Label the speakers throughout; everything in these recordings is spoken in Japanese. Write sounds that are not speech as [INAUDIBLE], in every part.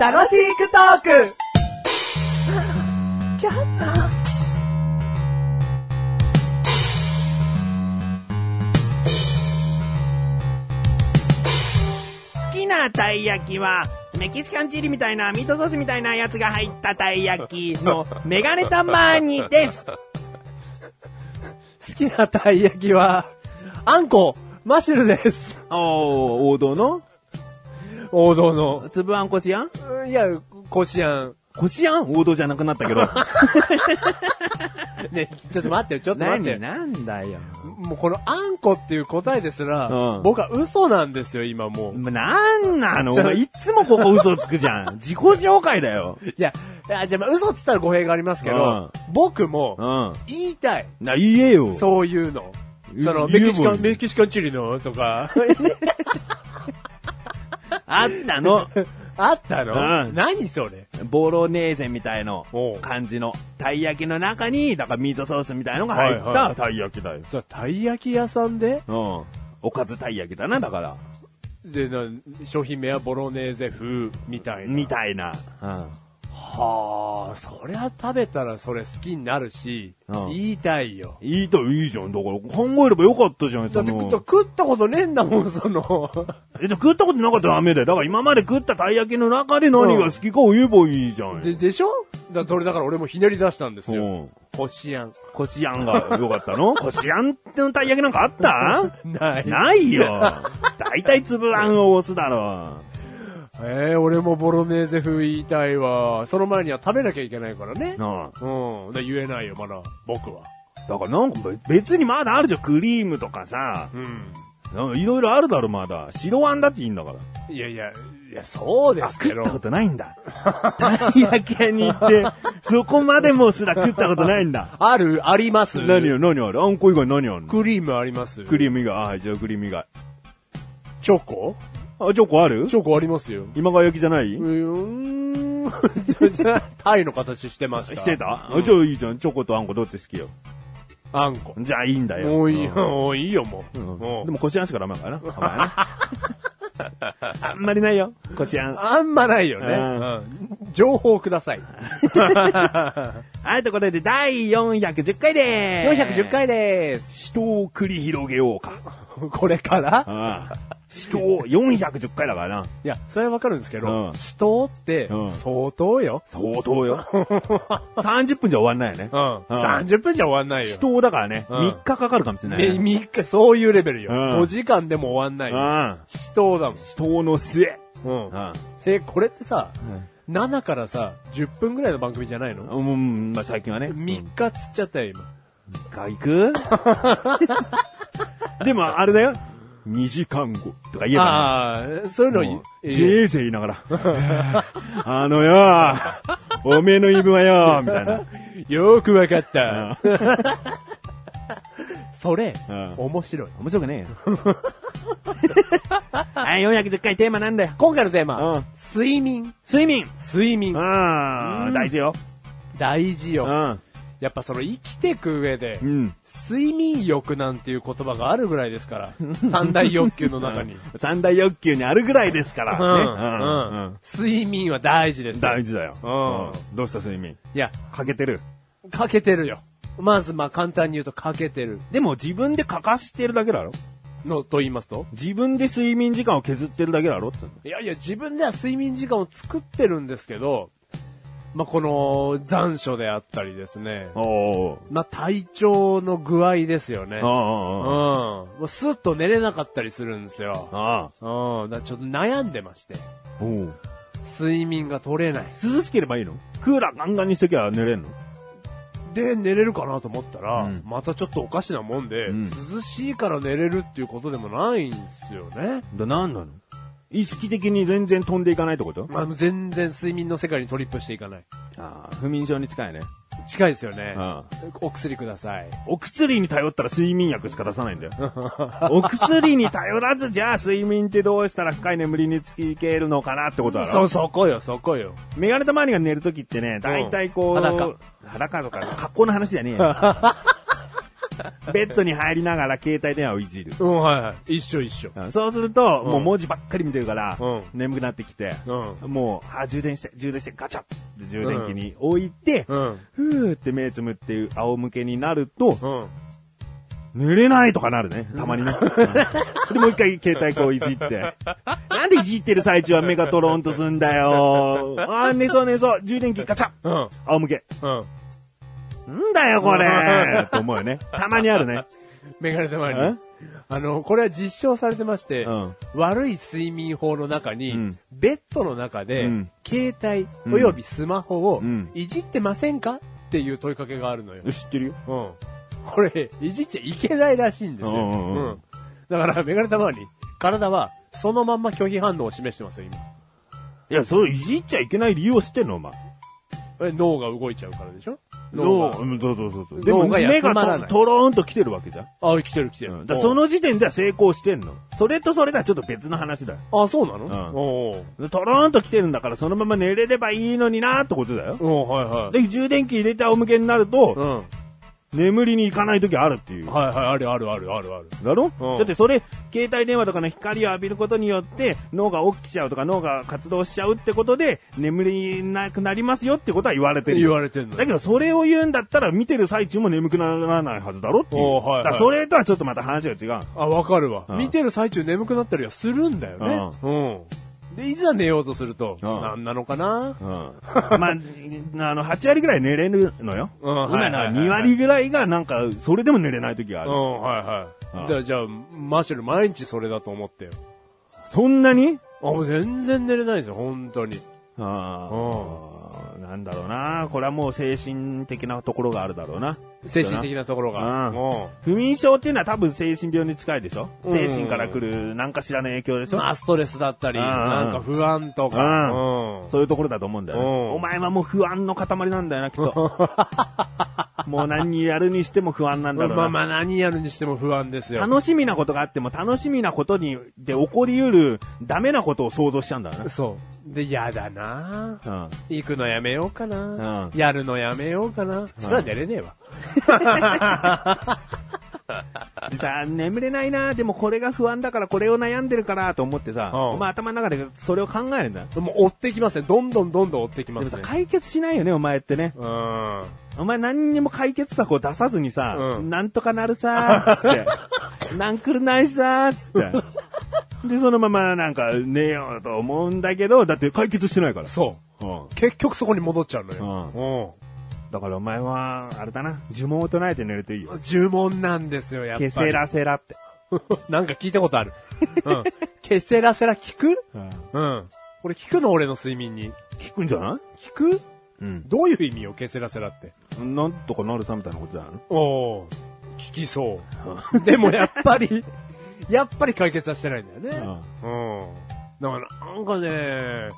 Speaker 1: 楽しくトーク
Speaker 2: 好きなたい焼きは、メキシカンチリみたいなミートソースみたいなやつが入ったたい焼きのメガネたまに [LAUGHS] です。
Speaker 3: 好きなたい焼きは、あんこ、マッシュルです。
Speaker 2: おー、王道の
Speaker 3: 王道の。
Speaker 2: 粒あんこしあん
Speaker 3: いや、こしあん。
Speaker 2: こしあん王道じゃなくなった [LAUGHS] けど。
Speaker 3: ね、ちょっと待ってよ、ちょっと待ってよ
Speaker 2: 何。なんだよ。
Speaker 3: もうこのあんこっていう答えですら、
Speaker 2: うん
Speaker 3: 僕は嘘なんですよ、今もう。
Speaker 2: まなんなのお
Speaker 3: ちょ
Speaker 2: 前いつもここ嘘つくじゃん。自己紹介だよ。
Speaker 3: いや、いやじゃあまあ嘘っつったら語弊がありますけど、僕も
Speaker 2: うん。、な、
Speaker 3: 言いたい。
Speaker 2: 言えよ。
Speaker 3: そういうの。
Speaker 2: 言
Speaker 3: そうの、メキシカ
Speaker 2: 言うもん
Speaker 3: ン、メキシカンチリのと
Speaker 2: [LAUGHS]
Speaker 3: か。
Speaker 2: あったの。
Speaker 3: あったの、
Speaker 2: うん
Speaker 3: 何それ
Speaker 2: ボロネーゼみたいな
Speaker 3: おう
Speaker 2: 感じの、たい焼きの中に、だからミートソースみたいのが入っ
Speaker 3: はいは
Speaker 2: た
Speaker 3: い
Speaker 2: たい焼きだよ。
Speaker 3: それたい焼き屋さんで
Speaker 2: うん。おかずたい焼きだな、だから。
Speaker 3: で、な、商品名はボロネーゼ風みたいな。
Speaker 2: みたいな。
Speaker 3: はあ、そりゃ食べたらそれ好きになるし、
Speaker 2: うん
Speaker 3: 言いたいよ。
Speaker 2: うん。いいといいじゃん。だから考えればよかったじゃん、
Speaker 3: だ
Speaker 2: そ
Speaker 3: って食っ
Speaker 2: の
Speaker 3: た。食ったことねえんだもん、そ [LAUGHS] の。
Speaker 2: え、で食ったことなかったらダメだよ。だから今まで食ったたい焼きの中で何が好きかを言えばいいじゃんよ。
Speaker 3: で、でしょだそれだから俺もひねり出したんです
Speaker 2: う
Speaker 3: よ。
Speaker 2: ん。
Speaker 3: こしあん。
Speaker 2: こしあんが良かった [LAUGHS] のこしあんってのたい焼きなんかあった
Speaker 3: ない。
Speaker 2: ないよ。だいたい粒あんを押すだろ
Speaker 3: ええ俺もボロネーゼ風言いたいわ。その前には食べなきゃいけないからね
Speaker 2: う。。なあ。
Speaker 3: うん。で言えないよ、まだ、僕は。
Speaker 2: だからなんか別にまだあるじゃん。クリームとかさ。
Speaker 3: うん。
Speaker 2: なんかいろいろあるだろ、まだ。白あんだっていいんだから。
Speaker 3: いやいや、いや、そうですけ
Speaker 2: 食ったこ
Speaker 3: ど。
Speaker 2: とないんだ。 [LAUGHS] たい焼き屋に行って、そこまでもすら食ったことないんだ。
Speaker 3: あるあります
Speaker 2: 何よ、何あるあんこ以外何あるの
Speaker 3: クリームあります
Speaker 2: クリーム以外。あ、じゃあクリーム以外。
Speaker 3: チョコ
Speaker 2: あ、チョコある
Speaker 3: チョコありますよ。
Speaker 2: 今川焼きじゃないう
Speaker 3: ーん。じゃあ [LAUGHS] タイの形してました。
Speaker 2: してた
Speaker 3: う
Speaker 2: あ
Speaker 3: ん
Speaker 2: じゃあいいじゃん。チョコとあんこどっち好きよ。
Speaker 3: あんこ。
Speaker 2: じゃあいいんだよ。
Speaker 3: もういいよ、もういいよ、もう。
Speaker 2: うん
Speaker 3: もう
Speaker 2: でも、こしあんしかダメだからな。お前な [LAUGHS] あんまりないよ、こしあん。
Speaker 3: あんまないよね。
Speaker 2: う
Speaker 3: うん情報ください。
Speaker 2: はい、ということで、第410回でーす。
Speaker 3: 410回でーす。
Speaker 2: 死闘を繰り広げようか。
Speaker 3: これから
Speaker 2: ああ死闘410回だからな。
Speaker 3: いや、それはわかるんですけ
Speaker 2: うん
Speaker 3: ど、死闘って
Speaker 2: うん
Speaker 3: 相当よ。
Speaker 2: 相当 [LAUGHS] よ。30分じゃ終わんないよね
Speaker 3: う。ん。30分じゃ終わんない
Speaker 2: 死
Speaker 3: よ。
Speaker 2: 闘だからね、
Speaker 3: うん
Speaker 2: 3日かかるかもしれないね。
Speaker 3: 3日、そういうレベルよ。
Speaker 2: うん
Speaker 3: 5時間でも終わんないよ。
Speaker 2: ああ
Speaker 3: 死闘だ
Speaker 2: 死闘の末。
Speaker 3: もん。うん。
Speaker 2: あ
Speaker 3: え、これってさ、7からさ、10分ぐらいの番組じゃない
Speaker 2: あ
Speaker 3: の
Speaker 2: うん、まあ最近はね。
Speaker 3: ?3 日つっちゃったよ、今。
Speaker 2: 回行くでも、あれだよ。2時間後とか言えばね、
Speaker 3: ああ、そういうの
Speaker 2: も、
Speaker 3: いうえ
Speaker 2: ジェージェー言いながら、 [LAUGHS] あのよ、おめえの言い分はよ、みたいな。
Speaker 3: よーくわかった。 [LAUGHS] それ
Speaker 2: うん、
Speaker 3: 面白い。
Speaker 2: 面白くねえよ。はい、410回テーマなんだよ。
Speaker 3: [LAUGHS] 今回のテー
Speaker 2: う
Speaker 3: マ
Speaker 2: ん、
Speaker 3: 睡眠。
Speaker 2: 睡眠。
Speaker 3: 睡眠。
Speaker 2: ああ、大事よ。
Speaker 3: 大事
Speaker 2: う
Speaker 3: よ。
Speaker 2: ん。
Speaker 3: やっぱその生きてく上で
Speaker 2: う、ん。
Speaker 3: 睡眠欲なんていう言葉があるぐらいですから、三大欲求の中に。
Speaker 2: 三大欲求にあるぐらいですか
Speaker 3: う
Speaker 2: ら。
Speaker 3: ん
Speaker 2: ね
Speaker 3: うん睡眠は大事で
Speaker 2: うん
Speaker 3: す。
Speaker 2: 大事だよ。
Speaker 3: う
Speaker 2: どうした睡眠。
Speaker 3: いや、
Speaker 2: 欠けてる。
Speaker 3: かけてるよ。まず、まあ簡単に言うとかけてる
Speaker 2: でも自分で欠かしてるだけだろ
Speaker 3: のと言いますと
Speaker 2: 自分で睡眠時間を削ってるだけだろって言うんだよ
Speaker 3: いやいや、自分では睡眠時間を作ってるんですけど、まあこの残暑であったりですね、
Speaker 2: おー
Speaker 3: まあ体調の具合ですよね。
Speaker 2: あ
Speaker 3: うん。
Speaker 2: あああ
Speaker 3: もうスッと寝れなかったりするんですよ。
Speaker 2: ああ
Speaker 3: うん。だからちょっと悩んでまして。
Speaker 2: おう
Speaker 3: 睡眠が取れない。
Speaker 2: 涼しければいいのクーラーガンガンにしときゃ寝れんの
Speaker 3: で、寝れるかなと思ったら、
Speaker 2: うん
Speaker 3: またちょっとおかしなもんで、
Speaker 2: うん
Speaker 3: 涼しいから寝れるっていうことでもないんですよね。
Speaker 2: だ、なんなの意識的に全然飛んでいかないってこと
Speaker 3: まあ、全然睡眠の世界にトリップしていかない。
Speaker 2: ああ、不眠症に近いね。
Speaker 3: 近いですよね。
Speaker 2: ああ
Speaker 3: お薬ください。
Speaker 2: お薬に頼ったら睡眠薬しか出さないんだよ。お薬に頼らずじゃあ睡眠ってどうしたら深い眠りにつきいけるのかなってことだろ
Speaker 3: [LAUGHS] そ、そこよ、そこよ。
Speaker 2: メガネたまわりが寝るときってね、大体こう、
Speaker 3: うん裸。 [LAUGHS]
Speaker 2: 裸とか、格好の話じゃねえよ。ベッドに入りながら携帯電話をいじる。
Speaker 3: うん、はいはい。一緒一緒。
Speaker 2: うんそうすると、
Speaker 3: うん
Speaker 2: もう文字ばっかり見てるから、
Speaker 3: うん
Speaker 2: 眠くなってきて、
Speaker 3: うん。
Speaker 2: もう、あ、充電して、充電して、ガチャって充電器に置いて、
Speaker 3: うん。
Speaker 2: ふーって目つむって仰向けになると、
Speaker 3: うん。
Speaker 2: 濡れないとかなるね。たまにね。うんで、もう一回携帯こういじ
Speaker 3: [LAUGHS]
Speaker 2: って。なんでいじってる最中は目がトロンとすんだよ。あー、寝そう寝そう。充電器ガチャ
Speaker 3: うん。
Speaker 2: 仰向け。
Speaker 3: うん。
Speaker 2: んだよこれ [LAUGHS] と思うよね。たまにあるね。
Speaker 3: メガネたま
Speaker 2: え
Speaker 3: に。あの、これは実証されてまして、
Speaker 2: うん
Speaker 3: 悪い睡眠法の中に、
Speaker 2: うん
Speaker 3: ベッドの中で、
Speaker 2: うん
Speaker 3: 携帯
Speaker 2: うん
Speaker 3: およびスマホを
Speaker 2: うん
Speaker 3: いじってませんかっていう問いかけがあるのよ。
Speaker 2: 知ってるよ。
Speaker 3: うん。これ、いじっちゃいけないらしいんですよ。
Speaker 2: うんうんうん
Speaker 3: だから、メガネたまに、体は、そのまんま拒否反応を示してますよ、今。
Speaker 2: いや、そういじっちゃいけない理由を知ってんのお前。
Speaker 3: え脳が動いちゃうからでしょ脳
Speaker 2: 脳
Speaker 3: が。
Speaker 2: うんそうそうそうそう。でも
Speaker 3: 脳が
Speaker 2: 目
Speaker 3: 休
Speaker 2: が
Speaker 3: まらない
Speaker 2: トトローンと来てるわけじゃん。
Speaker 3: あ、来てる来てる。
Speaker 2: だからその時点では成功してんの。それとそれではちょっと別の話だよ。
Speaker 3: おう、あ、そうなの
Speaker 2: うん
Speaker 3: おう
Speaker 2: トローンと来てるんだからそのまま寝れればいいのになーってことだよ。
Speaker 3: おうおうはいはい。
Speaker 2: で、充電器入れて仰向けになると、
Speaker 3: うん。
Speaker 2: 眠りに行かない時あるっていう。
Speaker 3: はいはい、あるあるあるあるある。
Speaker 2: だろ、
Speaker 3: う
Speaker 2: だ
Speaker 3: ん
Speaker 2: ってそれ、携帯電話とかの光を浴びることによって、脳が起きちゃうとか脳が活動しちゃうってことで、眠りなくなりますよってことは言われてる。
Speaker 3: 言われてんの
Speaker 2: だけど、それを言うんだったら、見てる最中も眠くならないはずだろっていう。
Speaker 3: おーはいは
Speaker 2: だ
Speaker 3: い
Speaker 2: からそれとはちょっとまた話が違う。
Speaker 3: あ、わかるわ、
Speaker 2: うん
Speaker 3: 見てる最中眠くなったりはするんだよね。うん。で、いざ寝ようとすると、
Speaker 2: うん
Speaker 3: なんなのかな
Speaker 2: うん。 [LAUGHS] まあ、あの、8割ぐらい寝れるのよ。
Speaker 3: うんはい
Speaker 2: 今のは2割ぐらいが、なんか、それでも寝れない時があ
Speaker 3: う
Speaker 2: る。
Speaker 3: ん、はいはい。
Speaker 2: うん
Speaker 3: じゃあ、じゃあ、マッシュル毎日それだと思ってよ。
Speaker 2: そんなに
Speaker 3: あ、もう全然寝れないですよ、本当に。
Speaker 2: ああ。なんだろうな。これはもう精神的なところがあるだろうな。
Speaker 3: 精神的なところが。
Speaker 2: うん
Speaker 3: も
Speaker 2: 不眠症っていうのは多分精神病に近いでしょ
Speaker 3: うん
Speaker 2: 精神から来るなんか知らない影響でし
Speaker 3: う
Speaker 2: ょ、
Speaker 3: まあ、ストレスだったり、
Speaker 2: うん
Speaker 3: なんか不安とか。うん
Speaker 2: そういうところだと思うんだよね、
Speaker 3: うん
Speaker 2: お前はもう不安の塊なんだよな、きっ
Speaker 3: [LAUGHS]
Speaker 2: と。もう何やるにしても不安なんだろうな。
Speaker 3: まあまあ、何やるにしても不安ですよ。
Speaker 2: 楽しみなことがあっても楽しみなことにで起こりうるダメなことを想像しちゃうんだよね。
Speaker 3: そう。で、やだな
Speaker 2: う
Speaker 3: 行くのやめようかな、
Speaker 2: う
Speaker 3: やるのやめようかな、それは寝れねえわ。
Speaker 2: ん、さあ、眠れないな、でもこれが不安だからこれを悩んでるからと思ってさ、
Speaker 3: うん
Speaker 2: お前頭の中でそれを考えるんだよ。
Speaker 3: もう追ってきますね。どんどんどんどん追ってきま
Speaker 2: でも
Speaker 3: す
Speaker 2: さ、
Speaker 3: ね。
Speaker 2: 解決しないよね、お前ってね。
Speaker 3: うん。
Speaker 2: お前何にも解決策を出さずにさ、
Speaker 3: うん
Speaker 2: なんとかなるさー、つ
Speaker 3: [LAUGHS]
Speaker 2: って。なんくるないさー、つって。で、そのままなんか寝ようと思うんだけど、だって解決してないから。
Speaker 3: そ
Speaker 2: うん
Speaker 3: う。結局そこに戻っちゃうのよ。
Speaker 2: だからお前は、あれだな、呪文を唱えて寝るといいよ
Speaker 3: う。ん。呪文なんですよ、やっぱ
Speaker 2: ケ
Speaker 3: り。
Speaker 2: セラ。セラって。
Speaker 3: [LAUGHS] なんか聞いたことある。うん。ケセラセラ聞くうん。これ聞くの俺の睡眠に。
Speaker 2: 聞くんじゃない
Speaker 3: 聞く
Speaker 2: うん。
Speaker 3: どういう意味よ、ケセラセラって。
Speaker 2: なんとかなるさみたいなことだよ。
Speaker 3: おー。聞きそう。でもやっぱり、やっぱり解決はしてないんだよね。うん。だからなんかね、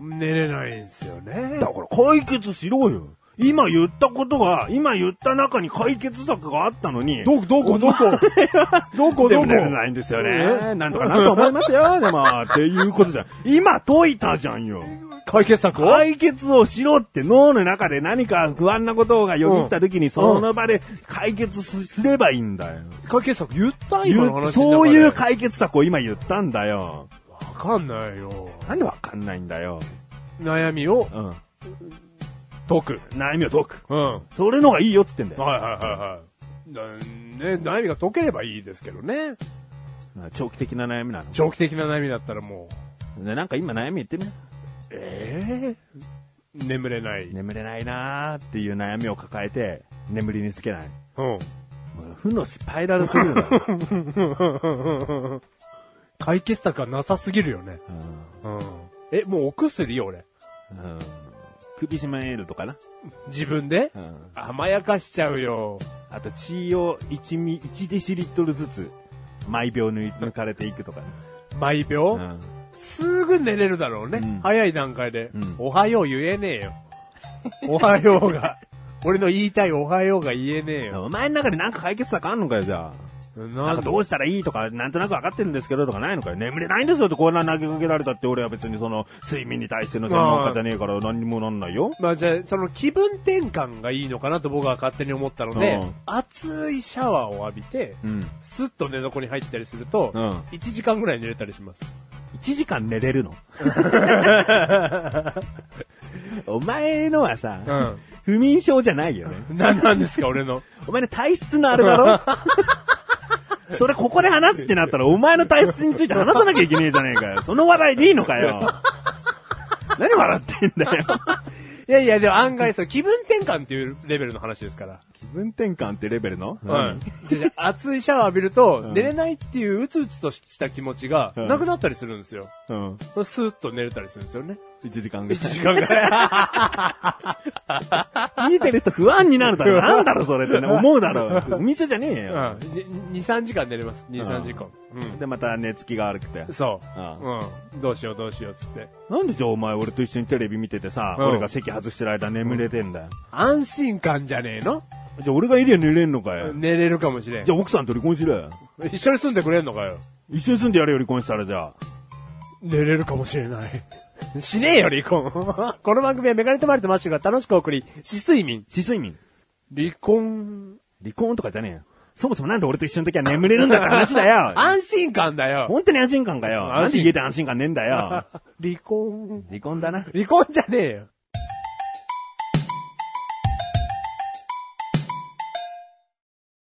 Speaker 3: 寝れないんですよね。
Speaker 2: だから解決しろよ。今言ったことが、今言った中に解決策があったのに、
Speaker 3: ど、どこ、ど [LAUGHS] こ、どこ、
Speaker 2: で
Speaker 3: どこ。
Speaker 2: も寝れないんですよ
Speaker 3: う
Speaker 2: ね。
Speaker 3: ん
Speaker 2: なんとかなると思います [LAUGHS] よ、でも。っていうことじゃん。今解いたじゃんよ。
Speaker 3: 解決策を
Speaker 2: 解決をしろって脳の中で何か不安なことがよぎった時にその場で解決すすればいいんだよ。
Speaker 3: 解決策言った
Speaker 2: 言
Speaker 3: 今の
Speaker 2: う
Speaker 3: 話
Speaker 2: そういう
Speaker 3: か。
Speaker 2: 解決策を今言ったんだよ。
Speaker 3: わかんないよ。
Speaker 2: なんでわかんないんだよ。
Speaker 3: 悩みを
Speaker 2: うん。
Speaker 3: 解く。
Speaker 2: 悩みを解く。
Speaker 3: うん。はい
Speaker 2: それの方がいいよっつってんだよ。
Speaker 3: はいはいはい。だね、悩みが解ければいいですけどね。
Speaker 2: 長期的な悩みなの。
Speaker 3: 長期的な悩みだったらもう、
Speaker 2: ねなんか今悩み言ってみ。
Speaker 3: ええ眠れない。
Speaker 2: 眠れないなーっていう悩みを抱えて、眠りにつけない。
Speaker 3: うん。
Speaker 2: もう負のスパイラルすぎるんだよ。 [LAUGHS]
Speaker 3: 解決策はなさすぎるよね。うん。え、もうお薬よ、俺。
Speaker 2: うんうん首絞めるとかな。
Speaker 3: 自分で
Speaker 2: うん
Speaker 3: 甘やかしちゃうよ。
Speaker 2: あと、血を1ミ、1デシリットルずつ、毎秒抜い抜かれていくとかね。
Speaker 3: 毎秒、
Speaker 2: うん
Speaker 3: すぐ寝れるだろうね。
Speaker 2: うん
Speaker 3: 早い段階で、
Speaker 2: うん
Speaker 3: おはよう言えねえよ。おはよ [LAUGHS] うが。俺の言いたいおはようが言えねえよ。
Speaker 2: お前の中でなんか解決策あんのかよ、じゃあ。なんかどうしたらいいとか、なんとなく分かってるんですけどとかないのかよ。眠れないんですよってこんな投げかけられたって俺は別にその睡眠に対しての専門家じゃねえから何にもなんないよ。
Speaker 3: まあじゃあ、その気分転換がいいのかなと僕は勝手に思ったので、
Speaker 2: うん
Speaker 3: 熱いシャワーを浴びて、
Speaker 2: うん。
Speaker 3: スッと寝床に入ったりすると、
Speaker 2: うん
Speaker 3: 1時間ぐらい寝れたりします。
Speaker 2: 1時間寝れるの [LAUGHS] お前のはさ、
Speaker 3: うん
Speaker 2: 不眠症じゃないよね。
Speaker 3: な、なんですか、俺の。
Speaker 2: お前の体質のあれだ [LAUGHS] ろそれここで話すってなったら、お前の体質について話さなきゃいけねえじゃねえかよ。その話題でいいのかよ。何笑ってんだよ。
Speaker 3: いやいや、でも案外そう、気分転換っていうレベルの話ですから。
Speaker 2: 気分転換ってレベルの
Speaker 3: はい。じゃあじゃあ熱いシャワー浴びると、
Speaker 2: うん
Speaker 3: 寝れないっていううつうつとした気持ちが、
Speaker 2: うん
Speaker 3: なくなったりするんですよ。
Speaker 2: うん。うん。
Speaker 3: スーッと寝れたりするんですよね。
Speaker 2: 1時間ぐら
Speaker 3: 1時間ぐらい。
Speaker 2: い。聞いてる人不安になるだろ。なんだろそれってね、思うだろ。お店じゃねえ
Speaker 3: う
Speaker 2: よ
Speaker 3: ん。。2、3時間寝れます。2、3時間。う
Speaker 2: で、また寝つきが悪くて
Speaker 3: ん。。そ
Speaker 2: あ
Speaker 3: う。うん。どうしようどうしようっつって。
Speaker 2: なんでじゃあお前俺と一緒にテレビ見ててさ、
Speaker 3: うん
Speaker 2: 俺が席外してる間眠れてんだよ。
Speaker 3: 安心感じゃねえの
Speaker 2: じゃあ俺がいりゃ寝れんのかよ。
Speaker 3: 寝れるかもしれん
Speaker 2: じ。ゃあ奥さんと離婚しろよ。
Speaker 3: 一緒に住んでくれんのかよ。
Speaker 2: 一緒に住んでやれよ離婚したらじゃあ。
Speaker 3: 寝れるかもしれない。しねえよ、離 [LAUGHS] 婚。この番組はメガネとマリとマッシュが楽しくお送り、死睡眠。
Speaker 2: 死睡眠。
Speaker 3: 離婚。
Speaker 2: 離婚とかじゃねえよ。そもそもなんで俺と一緒の時は眠れるんだって話だ [LAUGHS] よ。
Speaker 3: 安心感だよ。
Speaker 2: 本当に安心感かよ。
Speaker 3: 安心
Speaker 2: [LAUGHS] なんで家で安心感ねえんだよ。
Speaker 3: 離婚。
Speaker 2: 離婚だな。
Speaker 3: 離婚じゃねえよ。